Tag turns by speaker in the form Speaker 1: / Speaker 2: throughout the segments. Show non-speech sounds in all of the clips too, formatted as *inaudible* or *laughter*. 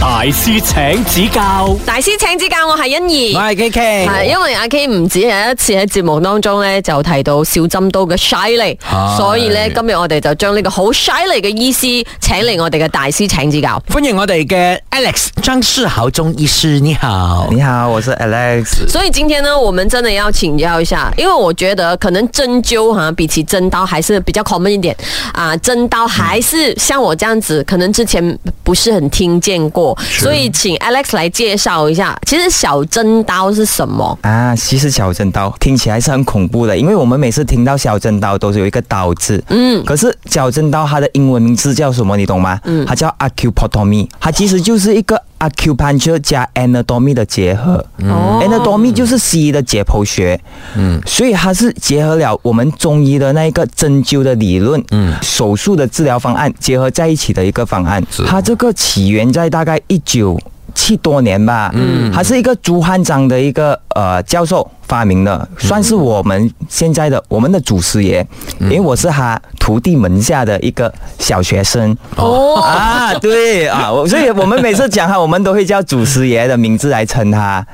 Speaker 1: 大師請指教，
Speaker 2: 大師請指教，我係欣怡。
Speaker 3: 我系 K
Speaker 2: 係
Speaker 3: K，
Speaker 2: 因為阿 K 唔止係一次喺節目當中咧就提到小針刀嘅 shyly，
Speaker 3: 係
Speaker 2: 所以咧今日我哋就將呢個好 shyly 嘅醫師請嚟我哋嘅大師請指教。
Speaker 3: 欢迎我哋嘅 Alex 张世豪中医师，你好。
Speaker 4: 你好，我是 Alex。
Speaker 2: 所以今天呢，我们真的要请教一下，因为我觉得可能针灸哈、比起针刀还是比较 common 一点啊，针刀还是像我这样子，可能之前不是很听见过，所以请 Alex 来介绍一下，其实小针刀是什么？
Speaker 4: 啊，其实小针刀听起来是很恐怖的，因为我们每次听到小针刀都是有一个刀字，嗯，可是小针刀它的英文名字叫什么，你懂吗？嗯，它叫 acupotomy，它其实就是一个 acupuncture 加 anatomy 的结合、
Speaker 2: 哦
Speaker 4: a n a t o m y 就是西医的解剖学，嗯，所以它是结合了我们中医的那一个针灸的理论，嗯，手术的治疗方案结合在一起的一个方案，它这个起源在大概一九。七多年吧，嗯，他是一个朱汉章的一个呃教授发明的，算是我们现在的我们的祖师爷，因为我是他徒弟门下的一个小学生。
Speaker 2: 哦
Speaker 4: 啊，对啊，我所以我们每次讲他，我们都会叫祖师爷的名字来称他。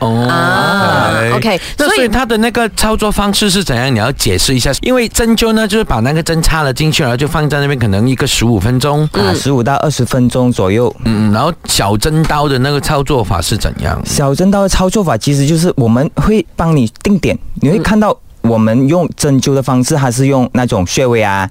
Speaker 2: 啊
Speaker 3: 哎
Speaker 2: ，OK，
Speaker 3: 那
Speaker 2: 所
Speaker 3: 所
Speaker 2: 以
Speaker 3: 以它的那个操作方式是怎样？你要解释一下，因为针灸呢，就是把那个针插了进去，然后就放在那边，可能一个十五分钟。
Speaker 2: 嗯
Speaker 4: 啊，十五到二十分钟左右。
Speaker 3: 嗯，然后小针刀的那个操作法是怎样？
Speaker 4: 小针刀的操作法其实就是我们会帮你定点，你会看到我们用针灸的方式，还是用那种穴位啊，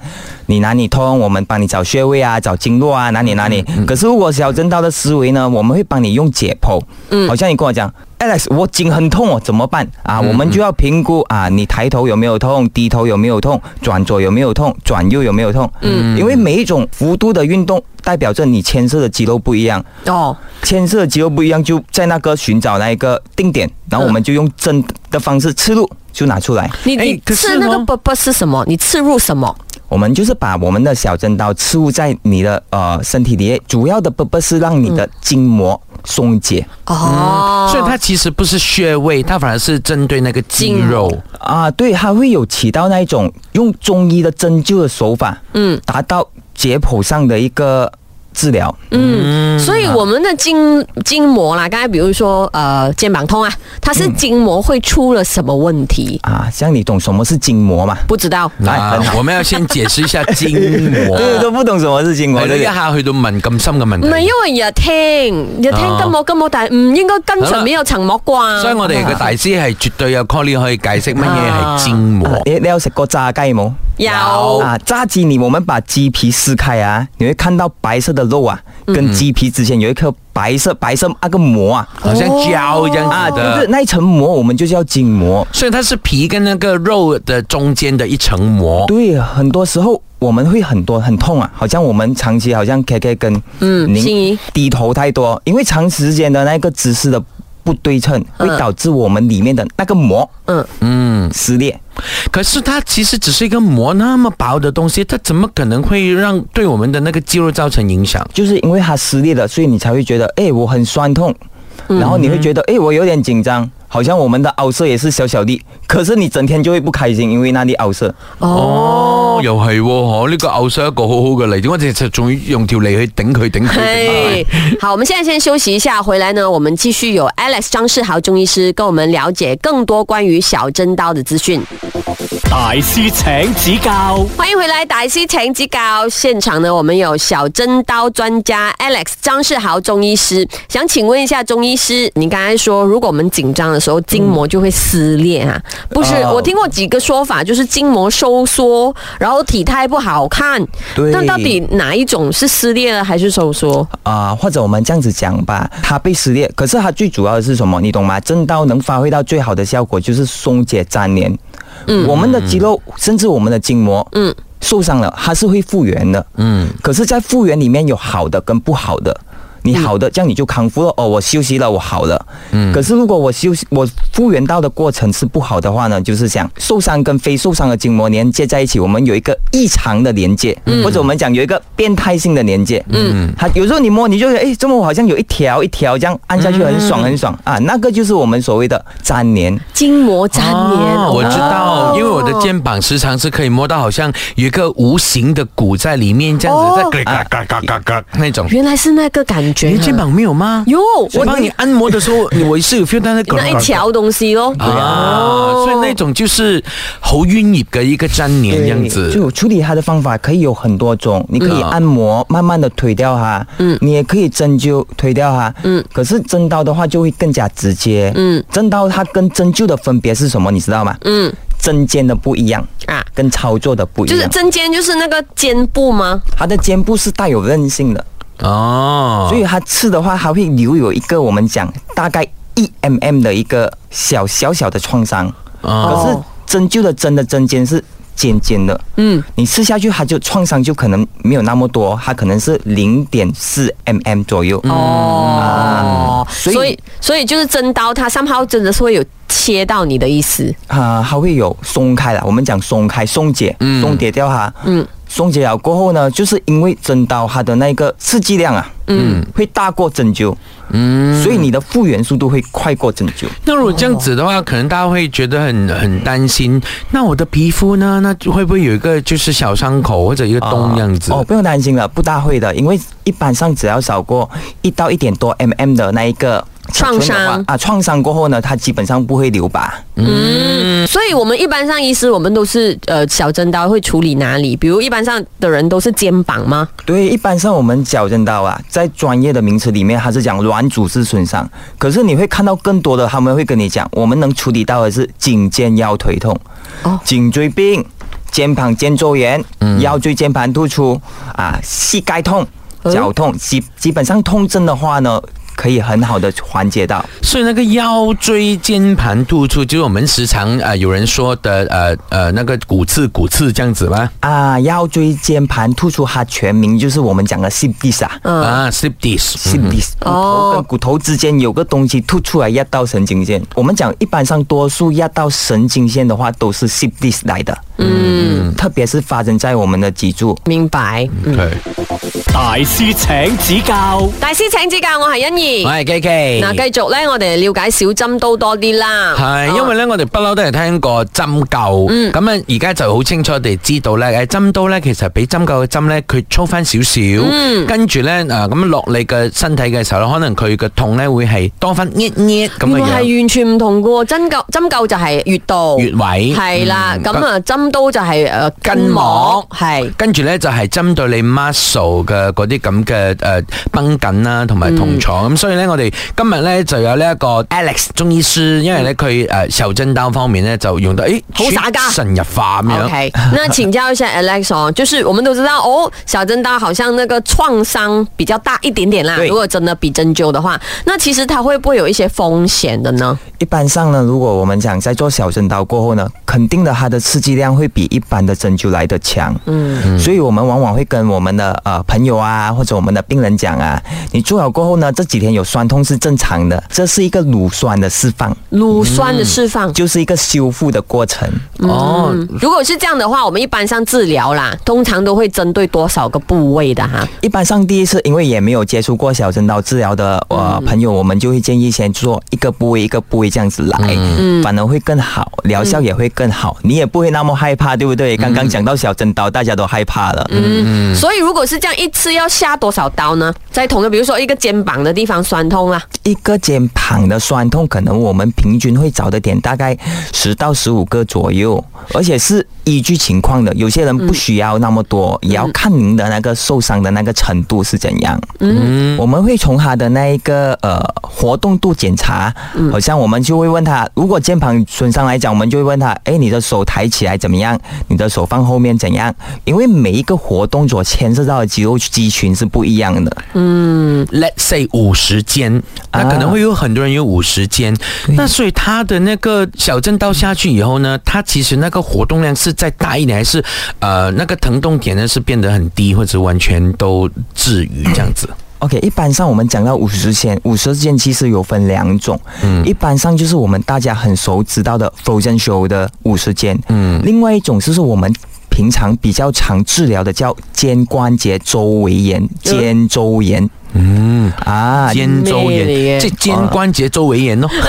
Speaker 4: 你哪里痛，我们帮你找穴位啊，找经络啊，哪里哪里。可是如果小针刀的思维呢，我们会帮你用解剖，嗯，好像你跟我讲。Alex，我颈很痛哦，怎么办啊？我们就要评估啊，你抬头有没有痛，低头有没有痛，转左有没有痛，转右有没有痛？嗯，因为每一种幅度的运动代表着你牵涉的肌肉不一样。
Speaker 2: 哦，
Speaker 4: 牵涉的肌肉不一样，就在那个寻找那一个定点，然后我们就用针的方式刺入，就拿出来。
Speaker 2: 你
Speaker 3: 哎
Speaker 2: 你
Speaker 3: 可是
Speaker 2: 刺那个
Speaker 3: 哦
Speaker 2: 不不是什么？你刺入什么？
Speaker 4: 我们就是把我们的小针刀刺入在你的呃身体里，主要的 purpose 是让你的筋膜松解
Speaker 2: 哦，
Speaker 3: 所以它其实不是穴位，它反而是针对那个肌
Speaker 2: 筋
Speaker 3: 肉。
Speaker 4: 啊，对，它会有起到那一种用中医的针灸的手法，
Speaker 2: 嗯，
Speaker 4: 达到解剖上的一个治疗。
Speaker 2: 嗯，所以我们的筋筋膜啦，刚才比如说呃肩膀痛啊，它
Speaker 3: 嗯
Speaker 2: 是筋膜会出了什么问题？
Speaker 4: 啊，像你懂什么是筋膜嘛？
Speaker 2: 不知道。*laughs*
Speaker 4: 哎
Speaker 3: 啊
Speaker 4: 很，好
Speaker 3: 我们要先解释一下筋膜。
Speaker 4: 对，都不懂什么是筋膜，
Speaker 3: 係啦
Speaker 4: 对
Speaker 3: 一
Speaker 4: 不对？
Speaker 3: 下去到問咁深嘅問
Speaker 2: 唔係因
Speaker 3: 題，
Speaker 2: 為日聽日聽筋膜筋膜，但係唔應該跟上面有層膜啩。
Speaker 3: 哦所以我哋嘅大師係絕對有 c a l l i 可以解釋乜嘢係筋
Speaker 4: 啊
Speaker 3: 膜。
Speaker 4: 你你有食过炸鸡冇？
Speaker 2: 有
Speaker 4: 啊，炸鸡你我们把鸡皮撕开啊，你会看到白色的肉啊，
Speaker 2: 嗯
Speaker 4: 跟鸡皮之间有一颗白色白色那个膜啊，
Speaker 3: 好像胶一
Speaker 2: 哦
Speaker 3: 样
Speaker 4: 啊，
Speaker 3: 子
Speaker 4: 就是
Speaker 3: 的，
Speaker 4: 那一层膜，我们就叫筋膜。
Speaker 3: 所以它是皮跟那个肉的中间的一层膜。
Speaker 4: 对，很多时候我们会很多很痛啊，好像我们长期好像 K K 跟
Speaker 2: 嗯
Speaker 4: 您
Speaker 2: 心仪
Speaker 4: 低头太多，因为长时间的那个姿势的不对称，会导致我们里面的那个膜
Speaker 2: 嗯，
Speaker 3: 嗯，
Speaker 4: 撕裂。
Speaker 3: 可是它其实只是一个膜那么薄的东西，它怎么可能会让对我们的那个肌肉造成影响？
Speaker 4: 就是因为它撕裂了，所以你才会觉得，哎、我很酸痛，
Speaker 2: 嗯
Speaker 4: 然后你会觉得，哎、我有点紧张，好像我们的凹色也是小小的，可是你整天就会不开心，因为那里凹色。
Speaker 3: 哦，又係喎，嗬，呢個咬上一個好好嘅例子，我哋就仲要用條脷去頂佢，頂佢，頂佢
Speaker 2: 嘿，哎好，我们现在先休息一下，回来呢，我们继续有 Alex 张世豪中医师跟我们了解更多关于小针刀的资讯。
Speaker 1: 大師請指教，
Speaker 2: 欢迎回来，大师请指教。现场呢，我们有小针刀专家 Alex 张世豪中医师，想请问一下中医师，你刚才说，如果我们紧张的时候，筋膜就会撕裂啊？不是，
Speaker 4: 哦
Speaker 2: 我听过几个说法，就是筋膜收缩，然后体态不好看。
Speaker 4: 对
Speaker 2: 那到底哪一种是撕裂了还是收缩？
Speaker 4: 啊、或者我们这样子讲吧，它被撕裂，可是它最主要的是什么？你懂吗？正刀能发挥到最好的效果就是松解粘连。嗯，我们的肌肉甚至我们的筋膜，嗯，受伤了它是会复原的。嗯，可是，在复原里面有好的跟不好的。你好的，这样你就康复了。哦，我休息了，我好了。嗯，可是如果我休息，我复原到的过程是不好的话呢，就是想受伤跟非受伤的筋膜连接在一起，我们有一个异常的连接，或者我们讲有一个变态性的连接。嗯，它有时候你摸你就觉得，哎，这么我好像有一条一条这样按下去很爽很爽、啊，那个就是我们所谓的粘连。
Speaker 2: 筋膜粘连、
Speaker 3: 哦我知道
Speaker 2: 哦，
Speaker 3: 因为我的肩膀时常是可以摸到，好像有一个无形的骨在里面，这样子在
Speaker 2: 哦
Speaker 3: 嘎嘎嘎嘎嘎嘎那种。
Speaker 2: 原来是那个感感觉啊
Speaker 3: 你
Speaker 2: 哈
Speaker 3: 的肩膀没有吗？
Speaker 2: 有
Speaker 3: 我帮你按摩的时候，你我是有 feel 到那个
Speaker 2: 那一条东西咯。
Speaker 3: 啊，所以那种就是喉晕液的一个粘
Speaker 4: 对
Speaker 3: 连这样子。
Speaker 4: 就处理它的方法可以有很多种，你可以按摩，慢慢的推掉它，嗯，你也可以针灸推掉它，嗯，可是针刀的话就会更加直接，嗯，针刀它跟针灸的分别是什么，你知道吗？嗯，针尖的不一样
Speaker 2: 啊
Speaker 4: 跟操作的不一
Speaker 2: 就是
Speaker 4: 样，
Speaker 2: 针尖，就是那个肩部吗？
Speaker 4: 它的肩部是带有韧性的，
Speaker 3: 哦，
Speaker 4: 所以它刺的话，它会留有一个我们讲大概一 mm 的一个小小小的创伤。
Speaker 3: 哦
Speaker 4: 可是针灸的针的针尖是尖尖的，嗯，你刺下去，它就创伤就可能没有那么多，它可能是零点四 mm 左右。
Speaker 3: 嗯
Speaker 2: 哦，
Speaker 4: 所以
Speaker 2: 所以所以就是针刀，它上号真的是会有切到你的意思。
Speaker 4: 啊，它会有松开了，我们讲松开、松解、松解掉它。嗯，松解了过后呢，就是因为针刀它的那个刺激量啊，嗯，会大过针灸，嗯，所以你的复原速度会快过针灸。
Speaker 3: 那如果这样子的话，可能大家会觉得很很担心。那我的皮肤呢？那会不会有一个就是小伤口或者一个洞这样子？
Speaker 4: 哦，不用担心了，不大会的，因为一般上只要少过一到一点多 mm 的那一个尺寸
Speaker 2: 创
Speaker 4: 的话
Speaker 2: 伤
Speaker 4: 啊，创伤过后呢，它基本上不会留疤。
Speaker 3: 嗯
Speaker 2: 嗯所以我们一般上医师，我们都是呃小针刀会处理哪里？比如一般上的人都是肩膀吗？
Speaker 4: 对，一般上我们矫正到啊，在专业的名词里面，它是讲软组织损伤，可是你会看到更多的，他们会跟你讲，我们能处理到的是颈肩腰腿痛、
Speaker 2: 哦
Speaker 4: 颈椎病、肩膀肩周炎、
Speaker 3: 嗯
Speaker 4: 腰椎间盘突出啊、膝盖痛、
Speaker 2: 哦
Speaker 4: 脚痛，基基本上痛症的话呢，可以很好的缓解到。
Speaker 3: 所以那个腰椎间盘突出，就是我们时常呃有人说的呃呃那个骨刺骨刺这样子吗？
Speaker 4: 啊，腰椎间盘突出，它全名就是我们讲的 hip dis 啊
Speaker 2: 嗯
Speaker 3: 啊，slip disc，
Speaker 4: ，hip dis，骨头跟骨头之间有个东西突出来压到神经线。我们讲一般上多数压到神经线的话，都是 hip dis 来的。嗯，特别是发生在我们的脊柱。
Speaker 2: 明白。嗯，
Speaker 3: 对，
Speaker 1: 大师请指教，
Speaker 2: 大師請指教，我係欣怡。
Speaker 3: 我系 K K。
Speaker 2: 嗱，繼續咧，我哋了解小針刀多啲啦。
Speaker 3: 系，因為咧，我哋不嬲都係聽過針
Speaker 2: 嗯
Speaker 3: 灸，咁啊而家就好清楚地知道咧，诶針刀咧其實比針灸嘅針咧，佢粗翻少少，
Speaker 2: 嗯
Speaker 3: 跟住咧诶咁落你嘅身體嘅時候咧，可能佢嘅痛咧會係多翻捏捏咁
Speaker 2: 原
Speaker 3: 啊嘅
Speaker 2: 來
Speaker 3: 樣，
Speaker 2: 係完全唔同嘅喎，針灸針灸就係穴道，
Speaker 3: 穴位
Speaker 2: 係啦，
Speaker 3: 嗯
Speaker 2: 咁啊針刀就係誒筋
Speaker 3: 筋
Speaker 2: 膜
Speaker 3: 膜，
Speaker 2: 係
Speaker 3: 跟住咧就係針對你 muscle 嘅嗰啲咁嘅呃誒繃緊啦，啊同埋痛楚。
Speaker 2: 嗯
Speaker 3: 咁、所以咧，我哋今日咧就有呢一個 Alex 中醫師，因為咧佢誒手針刀方面咧就用到誒
Speaker 2: 好耍家
Speaker 3: 神入化咁樣。
Speaker 2: OK。那請教一下 Alex 哦，就是我們都知道哦，小針刀好像那個創傷比較大一點點啦。
Speaker 4: 對
Speaker 2: 如果真的比針灸的話，那其實它會不會有一些風險的呢？
Speaker 4: 一般上呢，如果我们讲在做小针刀过后呢，肯定的它的刺激量会比一般的针灸来的强。嗯，所以我们往往会跟我们的呃朋友啊，或者我们的病人讲啊，你做好过后呢，这几天有酸痛是正常的，这是一个乳酸的释放，
Speaker 2: 乳酸的釋放。
Speaker 4: 就是一个修复的过程。
Speaker 3: 哦，
Speaker 2: 嗯如果是这样的话，我们一般上治疗啦，通常都会针对多少个部位的哈？
Speaker 4: 一般上第一次，因为也没有接触过小针刀治疗的呃朋友，我们就会建议先做一个部位一个部位这样子来，反而会更好，疗效也会更好，你也不会那么害怕，对不对？刚刚讲到小针刀，大家都害怕了。
Speaker 2: 嗯，所以如果是这样，一次要下多少刀呢？在同个，比如说一个肩膀的地方酸痛啊啦，
Speaker 4: 一个肩膀的酸痛，可能我们平均会找的点大概十到十五个左右，而且是依据情况的。有些人不需要那么多，也要看您的那个受伤的那个程度是怎样。嗯，我们会从他的那一个呃活动度检查，好像我们就会问他，如果肩膀损伤来讲，我们就会问他，哎，你的手抬起来怎么样？你的手放后面怎样？因为每一个活动所牵涉到的肌肉肌群是不一样的。
Speaker 3: let's say 五十肩，那可能会有很多人有五十肩，那所以他的那个小针刀下去以后呢，他其实那个活动量是再大一点，还是呃那个疼痛点呢是变得很低，或者完全都治愈这样子？
Speaker 4: OK，一般上我们讲到五十线，五十线其实有分两种，嗯，一般上就是我们大家很熟知道的 frozen show 的五十肩，嗯，另外一种就是我们平常比较常治疗的叫肩关节周围炎、肩周炎，
Speaker 3: 嗯，
Speaker 2: *laughs*
Speaker 4: 啊
Speaker 3: 肩周
Speaker 2: 咩嚟
Speaker 3: 炎，
Speaker 2: 嘅
Speaker 3: 即係肩關節周圍炎哦 *laughs* 咯。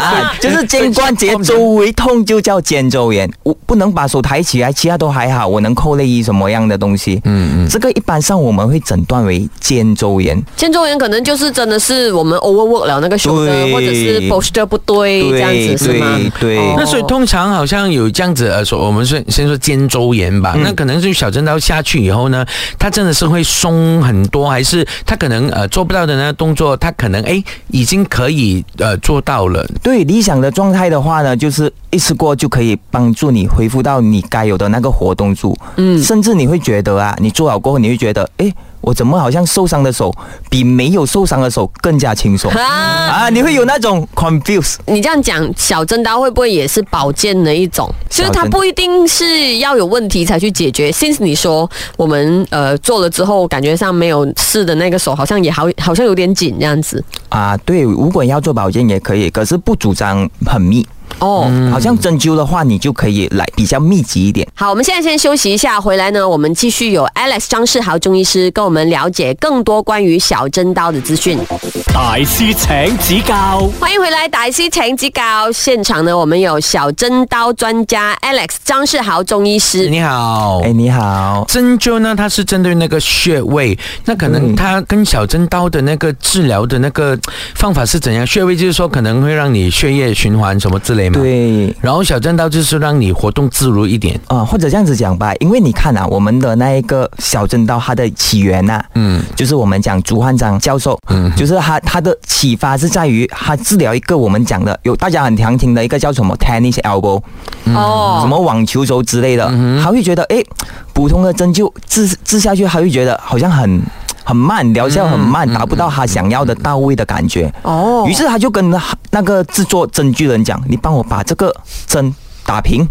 Speaker 4: 啊，就是肩关节周围痛就叫肩周炎。我不能把手抬起来，其他都还好，我能扣内衣什么样的东西。
Speaker 3: 嗯嗯，
Speaker 4: 这个一般上我们会诊断为肩周炎。
Speaker 2: 肩周炎可能就是真的是我们 overwork 了那个 shoulder，
Speaker 4: 对
Speaker 2: 或者是 posture 不对这
Speaker 4: 对
Speaker 2: 样子是吗？
Speaker 4: 对对
Speaker 2: 哦
Speaker 3: 那所以通常好像有这样子呃，说我们说先说肩周炎吧，那可能是小针刀下去以后呢，它真的是会松很多，还是它可能呃做不到的呢动作，它可能哎已经可以呃做到了。
Speaker 4: 对理想的状态的话呢，就是一次过就可以帮助你恢复到你该有的那个活动度。嗯，甚至你会觉得啊，你做好过后，你会觉得，诶，我怎么好像受伤的手比没有受伤的手更加轻
Speaker 2: *laughs*
Speaker 4: 松
Speaker 2: 啊，
Speaker 4: 啊？你会有那种 confuse。
Speaker 2: 你这样讲，小针刀会不会也是保健的一种？就是它
Speaker 4: 小针
Speaker 2: 不一定是要有问题才去解决。since 你说我们呃做了之后，感觉上没有事的那个手好像也好，好像有点紧这样子。
Speaker 4: 啊，对，如果要做保健也可以，可是不主张很密。
Speaker 2: 哦，
Speaker 4: 好像针灸的话，你就可以来比较密集一点。
Speaker 2: 好，我们现在先休息一下，回来呢，我们继续有 Alex 张世豪中医师跟我们了解更多关于小针刀的资讯。
Speaker 1: 大师请指教，
Speaker 2: 欢迎回来，大师请指教。现场呢，我们有小针刀专家 Alex 张世豪中医师。
Speaker 3: 你好，
Speaker 4: 哎，你好，
Speaker 3: 针灸呢，它是针对那个穴位，那可能
Speaker 4: 嗯
Speaker 3: 它跟小针刀的那个治疗的那个方法是怎样？穴位就是说可能会让你血液循环什么之类嘛。。
Speaker 4: 对。
Speaker 3: 然后小针刀就是让你活动自如一点。
Speaker 4: 啊、或者这样子讲吧，因为你看啊，我们的那一个小针刀，它的起源呐、
Speaker 3: 嗯
Speaker 4: 就是我们讲朱焕章教授，
Speaker 3: 嗯
Speaker 4: 就是他他的启发是在于他治疗一个我们讲的有大家很常听的一个叫什么 tennis elbow，、
Speaker 2: 哦
Speaker 4: 嗯什么网球肘之类的，
Speaker 3: 嗯
Speaker 4: 他会觉得诶，普通的针灸治治下去，他会觉得好像很很慢，疗效很慢，
Speaker 3: 嗯
Speaker 4: 达不到他想要的到位的感觉。
Speaker 2: 哦
Speaker 4: 于是他就跟那那个制作针具人讲：“你帮我把这个针打平，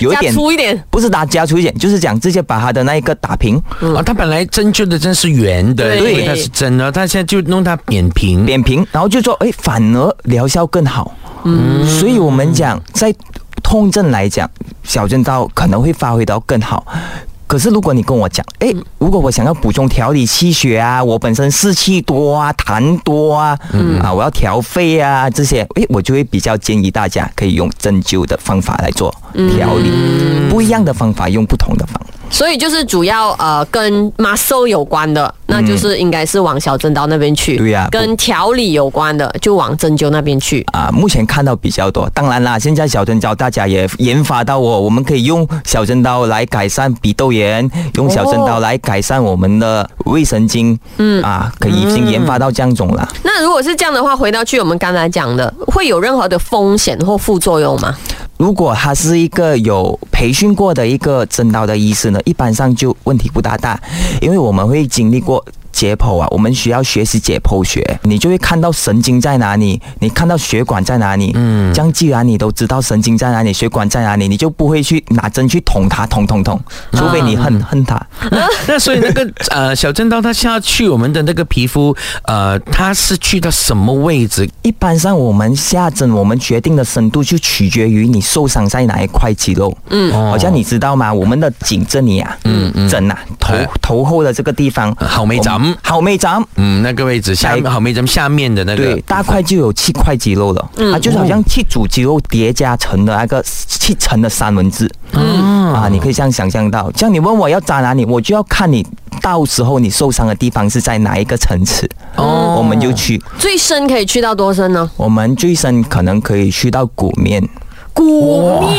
Speaker 4: 有一
Speaker 2: 加
Speaker 4: 点
Speaker 2: 粗一点，
Speaker 4: 不是打加粗一点，就是讲直接把它的那一个打平、
Speaker 3: 啊，它本来针灸的针是圆的，
Speaker 2: 对
Speaker 3: 因为它是针呢，它现在就弄它扁平。
Speaker 4: 扁平，然后就说诶，反而疗效更好。嗯，所以我们讲在痛症来讲，小针刀可能会发挥到更好。”可是，如果你跟我讲，诶，如果我想要补充调理气血啊，我本身湿气多啊，痰多啊，啊，我要调肺啊这些，诶，我就会比较建议大家可以用针灸的方法来做调理，不一样的方法用不同的方法。
Speaker 2: 所以就是主要呃跟 muscle 有关的，那就是应该是往小针刀那边去。
Speaker 4: 嗯对呀
Speaker 2: 跟调理有关的就往针灸那边去。
Speaker 4: 啊，目前看到比较多。当然啦，现在小针刀大家也研发到哦，我们可以用小针刀来改善鼻窦炎，用小针刀来改善我们的胃神经。嗯啊，可以已经研发到这样种了。
Speaker 2: 那如果是这样的话，回到去我们刚才讲的，会有任何的风险或副作用吗？
Speaker 4: 如果他是一个有培训过的一个针刀的医师呢，一般上就问题不大大，因为我们会经历过。解剖啊，我们需要学习解剖学，你就会看到神经在哪里，你看到血管在哪里。嗯，这样既然你都知道神经在哪里，血管在哪里，你就不会去拿针去捅它，捅捅捅，除非你恨恨它。
Speaker 3: 那所以那
Speaker 4: *laughs*
Speaker 3: 个呃小针刀它下去我们的那个皮肤，呃，它是去到什么位置？
Speaker 4: 一般上，我们下针我们决定的深度就取决于你受伤在哪一块肌肉。嗯，好像你知道吗？我们的颈这里啊，嗯嗯，针啊，头
Speaker 3: 哎
Speaker 4: 头后的这个地方，
Speaker 3: 好没长
Speaker 4: 我们好没长。
Speaker 3: 嗯，那个位置下
Speaker 4: 哪一
Speaker 3: 好没咱们下面的那个
Speaker 4: 对，大块就有七块肌肉了，嗯、啊，就是好像七组肌肉叠加成的那个七层的三文治，嗯啊，你可以这样想象到。像你问我要扎哪里，我就要看你到时候你受伤的地方是在哪一个层次，哦，我们就去，
Speaker 2: 最深可以去到多深呢？
Speaker 4: 我们最深可能可以去到骨面，
Speaker 2: 骨面。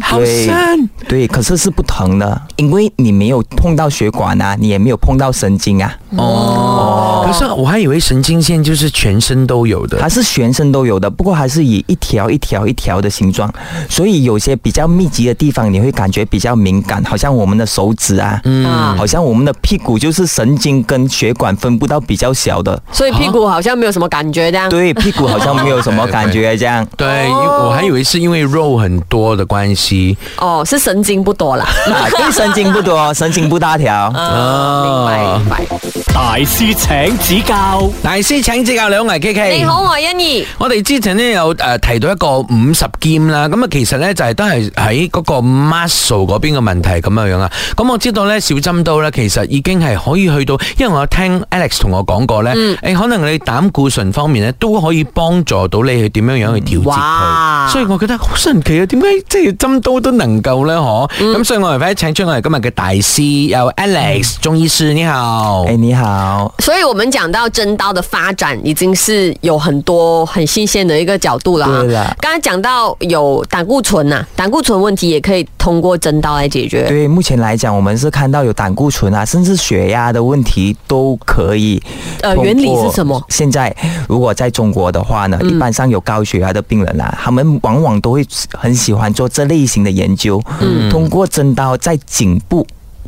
Speaker 3: 好深，
Speaker 4: 对，可是是不疼的，因为你没有碰到血管啊，你也没有碰到神经啊，
Speaker 3: 哦。可是我还以为神经线就是全身都有的
Speaker 4: 它。是全身都有的，不过还是以一条一条一条的形状，所以有些比较密集的地方你会感觉比较敏感，好像我们的手指啊，
Speaker 3: 嗯
Speaker 2: 啊
Speaker 4: 好像我们的屁股就是神经跟血管分布到比较小的，
Speaker 2: 所以屁股好像没有什么感觉这样。
Speaker 4: 对，屁股好像没有什么感觉这样。
Speaker 3: 对，因为我还以为是因为肉很多的关系。
Speaker 2: 哦，是神经不多啦。
Speaker 3: 嗯
Speaker 4: 啊，对，神经不多，神经不大条。
Speaker 2: 明白明白。
Speaker 1: 大师请请指教，
Speaker 3: 大師請指教，兩位 K K。
Speaker 2: 你好，我係欣怡。
Speaker 3: 我哋之前咧有誒提到一個五十肩啦，咁啊其實咧就係都係喺嗰個 muscle 嗰邊嘅問題咁樣樣啊。咁我知道咧小針刀咧其實已經係可以去到，因為我聽 Alex 同我講過咧，誒、可能你膽固醇方面咧都可以幫助到你去點樣樣去調節
Speaker 2: 嗯哇
Speaker 3: 佢，所以我覺得好神奇啊！點解即係針刀都能夠咧？嗬、咁所以我哋快啲請出我哋今日嘅大師，有 Alex 中醫師，你好。
Speaker 4: 哎，你好，
Speaker 2: 所以我们讲到真刀的发展，已经是有很多很新鲜的一个角度了啊
Speaker 4: 对啦。
Speaker 2: 刚才讲到有胆固醇呐、胆固醇问题也可以通过真刀来解决。
Speaker 4: 对，目前来讲，我们是看到有胆固醇啊，甚至血压的问题都可以。
Speaker 2: 呃原理是什么？嗯
Speaker 4: 现在如果在中国的话呢，一般上有高血压的病人啊，他们往往都会很喜欢做这类型的研究，
Speaker 2: 嗯
Speaker 4: 通过针刀在颈部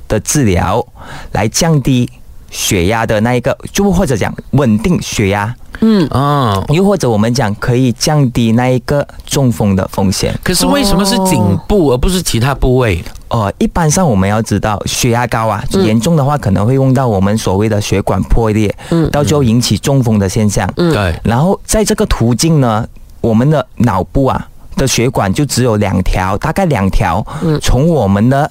Speaker 4: 的治疗来降低血压的那一个，就或者讲稳定血压，
Speaker 3: 嗯，
Speaker 4: 又或者我们讲可以降低那一个中风的风险。
Speaker 3: 可是为什么是颈部而不是其他部位？
Speaker 4: 呃，一般上我们要知道，血压高啊，严重的话可能会用到我们所谓的血管破裂，
Speaker 2: 嗯
Speaker 4: 到最后引起中风的现象。
Speaker 3: 对，
Speaker 4: 然后在这个途径呢，我们的脑部啊的血管就只有两条，大概两条，
Speaker 2: 嗯
Speaker 4: 从我们的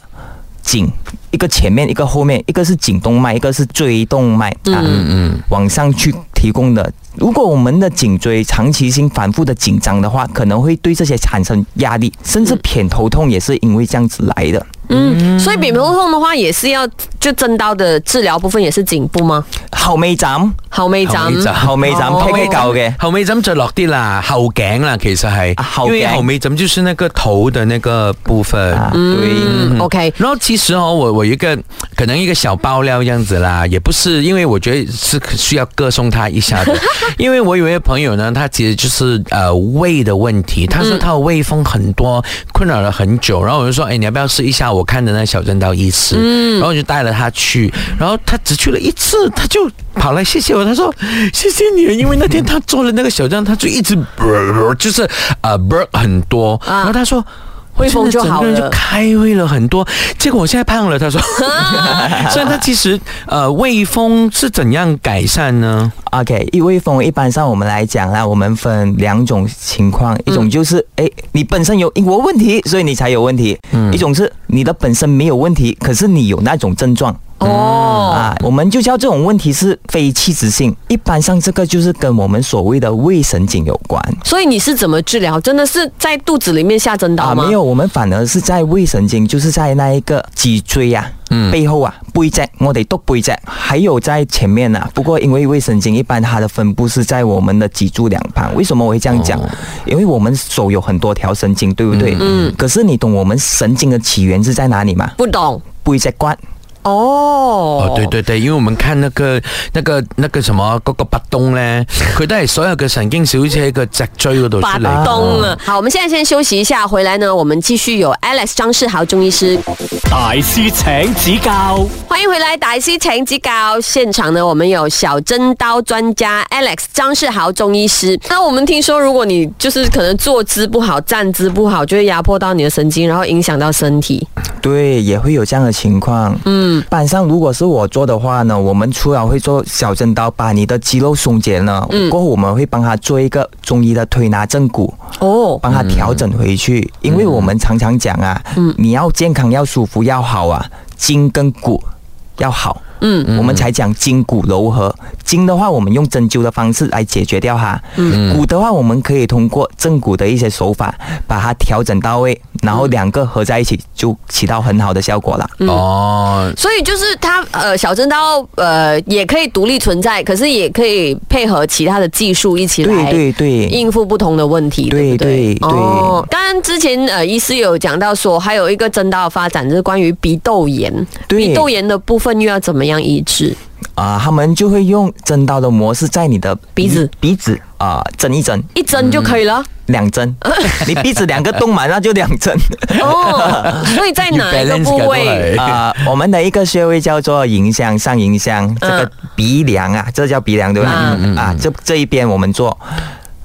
Speaker 4: 颈一个前面一个后面，一个是颈动脉，一个是椎动脉啊，
Speaker 3: 嗯
Speaker 4: 往上去提供的。如果我们的颈椎长期性反复的紧张的话，可能会对这些产生压力，甚至偏头痛也是因为这样子来的。
Speaker 2: 嗯，所以扁平痛的话，也是要就真刀的治疗部分也是颈部吗？
Speaker 4: 后尾枕，
Speaker 2: 好妹长
Speaker 3: 后尾枕
Speaker 4: 后尾枕
Speaker 2: 哦
Speaker 4: 劈劈狗嘅
Speaker 3: 嗯，，后尾枕就落啲啦，后颈啦，其实系
Speaker 4: 啊，后
Speaker 3: 因
Speaker 4: 颈
Speaker 3: 为后尾枕就是那个头的那个部分。
Speaker 4: 啊，对。
Speaker 2: 嗯，OK，
Speaker 3: 然后其实哦，我我有一个可能一个小爆料这样子啦，也不是，因为我觉得是需要歌颂他一下的，因为我有一位朋友呢，他其实就是呃胃的问题，他说他的胃风很多，困扰了很久，然后我就说，哎，你要不要试一下我看的那小针刀医师？然后我就带了他去，然后他只去了一次，他就跑来谢谢我，他说谢谢你，因为那天他做了那个小针，他就一直就是呃很多，
Speaker 2: 啊
Speaker 3: 然后他说。
Speaker 2: 汇丰就
Speaker 3: 真的
Speaker 2: 好
Speaker 3: 整个人
Speaker 2: 了
Speaker 3: 就开胃了很多，结果我现在胖了。他说， *laughs* 虽然他其实呃胃风是怎样改善呢？
Speaker 4: 啊 OK，异位风一般上我们来讲啦，我们分两种情况，一种就是
Speaker 2: 嗯
Speaker 4: 哎、诶你本身有英国问题，所以你才有问题；一种是你的本身没有问题，可是你有那种症状。
Speaker 2: 哦，
Speaker 4: 啊，我们就叫这种问题是非器质性，一般上这个就是跟我们所谓的胃神经有关
Speaker 2: 所以你是怎么治疗？真的是在肚子里面下针刀
Speaker 4: 啊，
Speaker 2: 吗？
Speaker 4: 没有，我们反而是在胃神经，就是在那一个脊椎啊，背后啊，背脊，我哋督背脊，还有在前面啊。不过因为胃神经一般它的分布是在我们的脊柱两旁，为什么我会这样讲？因为我们手有很多条神经，对不对？哦嗯。可是你懂我们神经的起源是在哪里吗？
Speaker 2: 不懂
Speaker 4: 背脊骨。
Speaker 2: 哦
Speaker 3: 哦，对对对，因为我们看那个那个那个什么嗰、个拔洞 *laughs* 咧，佢都系所有嘅神經小似喺個脊椎嗰度出
Speaker 2: 拔
Speaker 3: 嚟。
Speaker 2: 冬了。好，我们现在先休息一下，回来呢，我们继续有 Alex 张世豪中医师，
Speaker 1: 大师请指教，
Speaker 2: 欢迎回来，大师请指教。现场呢，我们有小针刀专家 Alex 张世豪中医师。那我们听说，如果你就是可能坐姿不好、站姿不好，就会压迫到你的神经，然后影响到身体。
Speaker 4: 对，也会有这样的情况。嗯，板上如果是我做的话呢，我们除了会做小针刀把你的肌肉松解呢，过后我们会帮他做一个中医的推拿正骨，
Speaker 2: 哦，
Speaker 4: 帮他调整回去。
Speaker 2: 嗯
Speaker 4: 因为我们常常讲啊，你要健康、要舒服、要好啊，筋跟骨要好。
Speaker 2: 嗯，
Speaker 4: 我们才讲筋骨柔和。筋的话，我们用针灸的方式来解决掉它。嗯，骨的话，我们可以通过正骨的一些手法把它调整到位，然后两个合在一起就起到很好的效果了。
Speaker 3: 哦，
Speaker 2: 所以就是它呃，小针刀呃也可以独立存在，可是也可以配合其他的技术一起来。
Speaker 4: 对对对，
Speaker 2: 应付不同的问题，对
Speaker 4: 对
Speaker 2: 不对？
Speaker 4: 对对
Speaker 2: 哦，当然之前呃，医师有讲到说，还有一个真道的发展就是关于鼻窦炎，
Speaker 4: 对
Speaker 2: 鼻窦炎的部分又要怎么样医治？
Speaker 4: 啊、他们就会用针刀的模式在你的
Speaker 2: 鼻子
Speaker 4: 鼻子啊、针一针。
Speaker 2: 一针就可以了、*laughs*
Speaker 4: 两针，你鼻子两个洞嘛，那就两针。
Speaker 2: 哦。所以
Speaker 4: *laughs*
Speaker 2: 在哪一个
Speaker 3: You balance
Speaker 2: 部
Speaker 3: 感
Speaker 2: 位
Speaker 3: 觉？
Speaker 4: 啊、我们的一个穴位叫做迎香上迎香，这个鼻梁啊，这叫鼻梁对吧？
Speaker 2: 嗯
Speaker 4: 啊，这这一边我们做。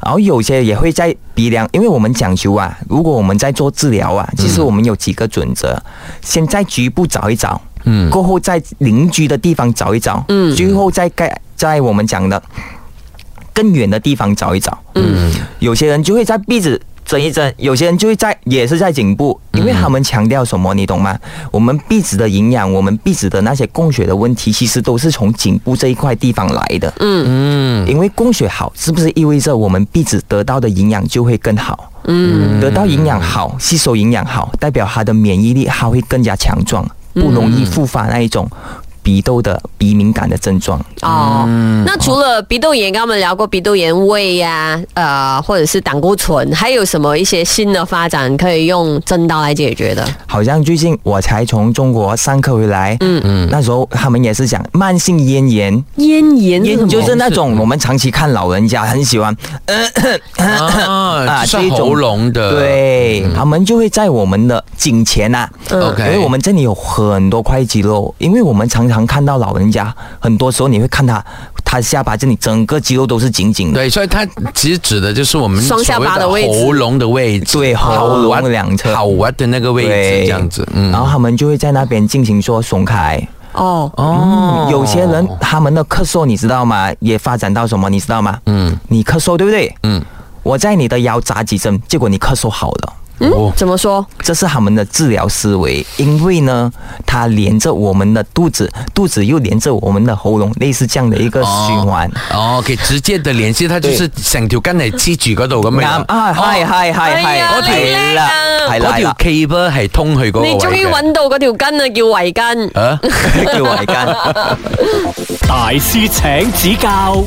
Speaker 4: 然后有些也会在鼻梁，因为我们讲究啊，
Speaker 2: 嗯
Speaker 4: 如果我们在做治疗啊，其实我们有几个准则，先在局部找一找，嗯，过后在邻居的地方找一找，嗯，最后再盖在我们讲的更远的地方找一找，嗯，有些人就会在壁纸。蒸一蒸，有些人就会在也是在颈部，
Speaker 2: 嗯
Speaker 4: 因为他们强调什么，你懂吗？我们壁纸的营养，我们壁纸的那些供血的问题，其实都是从颈部这一块地方来的。嗯嗯，因为供血好，是不是意味着我们壁纸得到的营养就会更好？嗯，得到营养好，吸收营养好，代表他的免疫力它会更加强壮，不容易复发那一种鼻窦的鼻敏感的症状。
Speaker 2: 哦，那除了鼻窦炎，刚刚我们聊过鼻窦炎胃呀、呃，或者是胆固醇，还有什么一些新的发展可以用针刀来解决的？
Speaker 4: 好像最近我才从中国上课回来，嗯嗯，那时候他们也是讲慢性咽炎，
Speaker 2: 咽炎是什
Speaker 4: 咽
Speaker 2: 么
Speaker 4: 就是那种我们长期看老人家很喜欢，
Speaker 3: 啊，
Speaker 4: 啊
Speaker 3: 是
Speaker 4: 这一种
Speaker 3: 喉咙
Speaker 4: 呃
Speaker 3: 的，
Speaker 4: 对、他们就会在我们的颈前啊呐、
Speaker 2: 嗯
Speaker 3: OK
Speaker 4: 因为我们这里有很多块肌肉，因为我们常常看到老人家，很多时候你会看他，他下巴这里整个肌肉都是紧紧的，
Speaker 3: 对，所以它其实指的就是我们
Speaker 2: 双下巴的
Speaker 3: 所谓
Speaker 2: 位置
Speaker 3: 喉咙的位置，
Speaker 4: 对喉咙
Speaker 3: 啊
Speaker 4: 两侧
Speaker 3: 好啊的那个位置，
Speaker 4: 对
Speaker 3: 这样子，嗯，
Speaker 4: 然后他们就会在那边进行说松开。嗯
Speaker 2: 哦，
Speaker 3: 哦
Speaker 4: 有些人他们的咳嗽，你知道吗？也发展到什么，你知道吗？嗯，你咳嗽对不对？
Speaker 3: 嗯，
Speaker 4: 我在你的腰扎几针，结果你咳嗽好了。
Speaker 3: 哦
Speaker 2: 怎么说？
Speaker 4: 这是他们的治疗思维，因为呢，它连着我们的肚子，肚子又连着我们的喉咙，类似这样的一个循环。
Speaker 3: 哦，OK，直接的联系，它就是成條筋嚟黐住嗰度咁
Speaker 4: 啱
Speaker 3: 樣。
Speaker 4: 啊，係係係
Speaker 2: 哎
Speaker 4: 係，
Speaker 2: 呀
Speaker 4: 係
Speaker 2: 你叻
Speaker 4: 啦
Speaker 2: 啊，
Speaker 4: 係啦
Speaker 3: 嗰
Speaker 4: 係
Speaker 3: 條
Speaker 4: 啦，
Speaker 3: cable 係通去嗰個位
Speaker 2: 你終於
Speaker 3: 嘅。
Speaker 2: 揾到嗰條筋啊，叫圍巾。
Speaker 3: 啊？
Speaker 4: 叫圍巾。
Speaker 1: 大師請指教。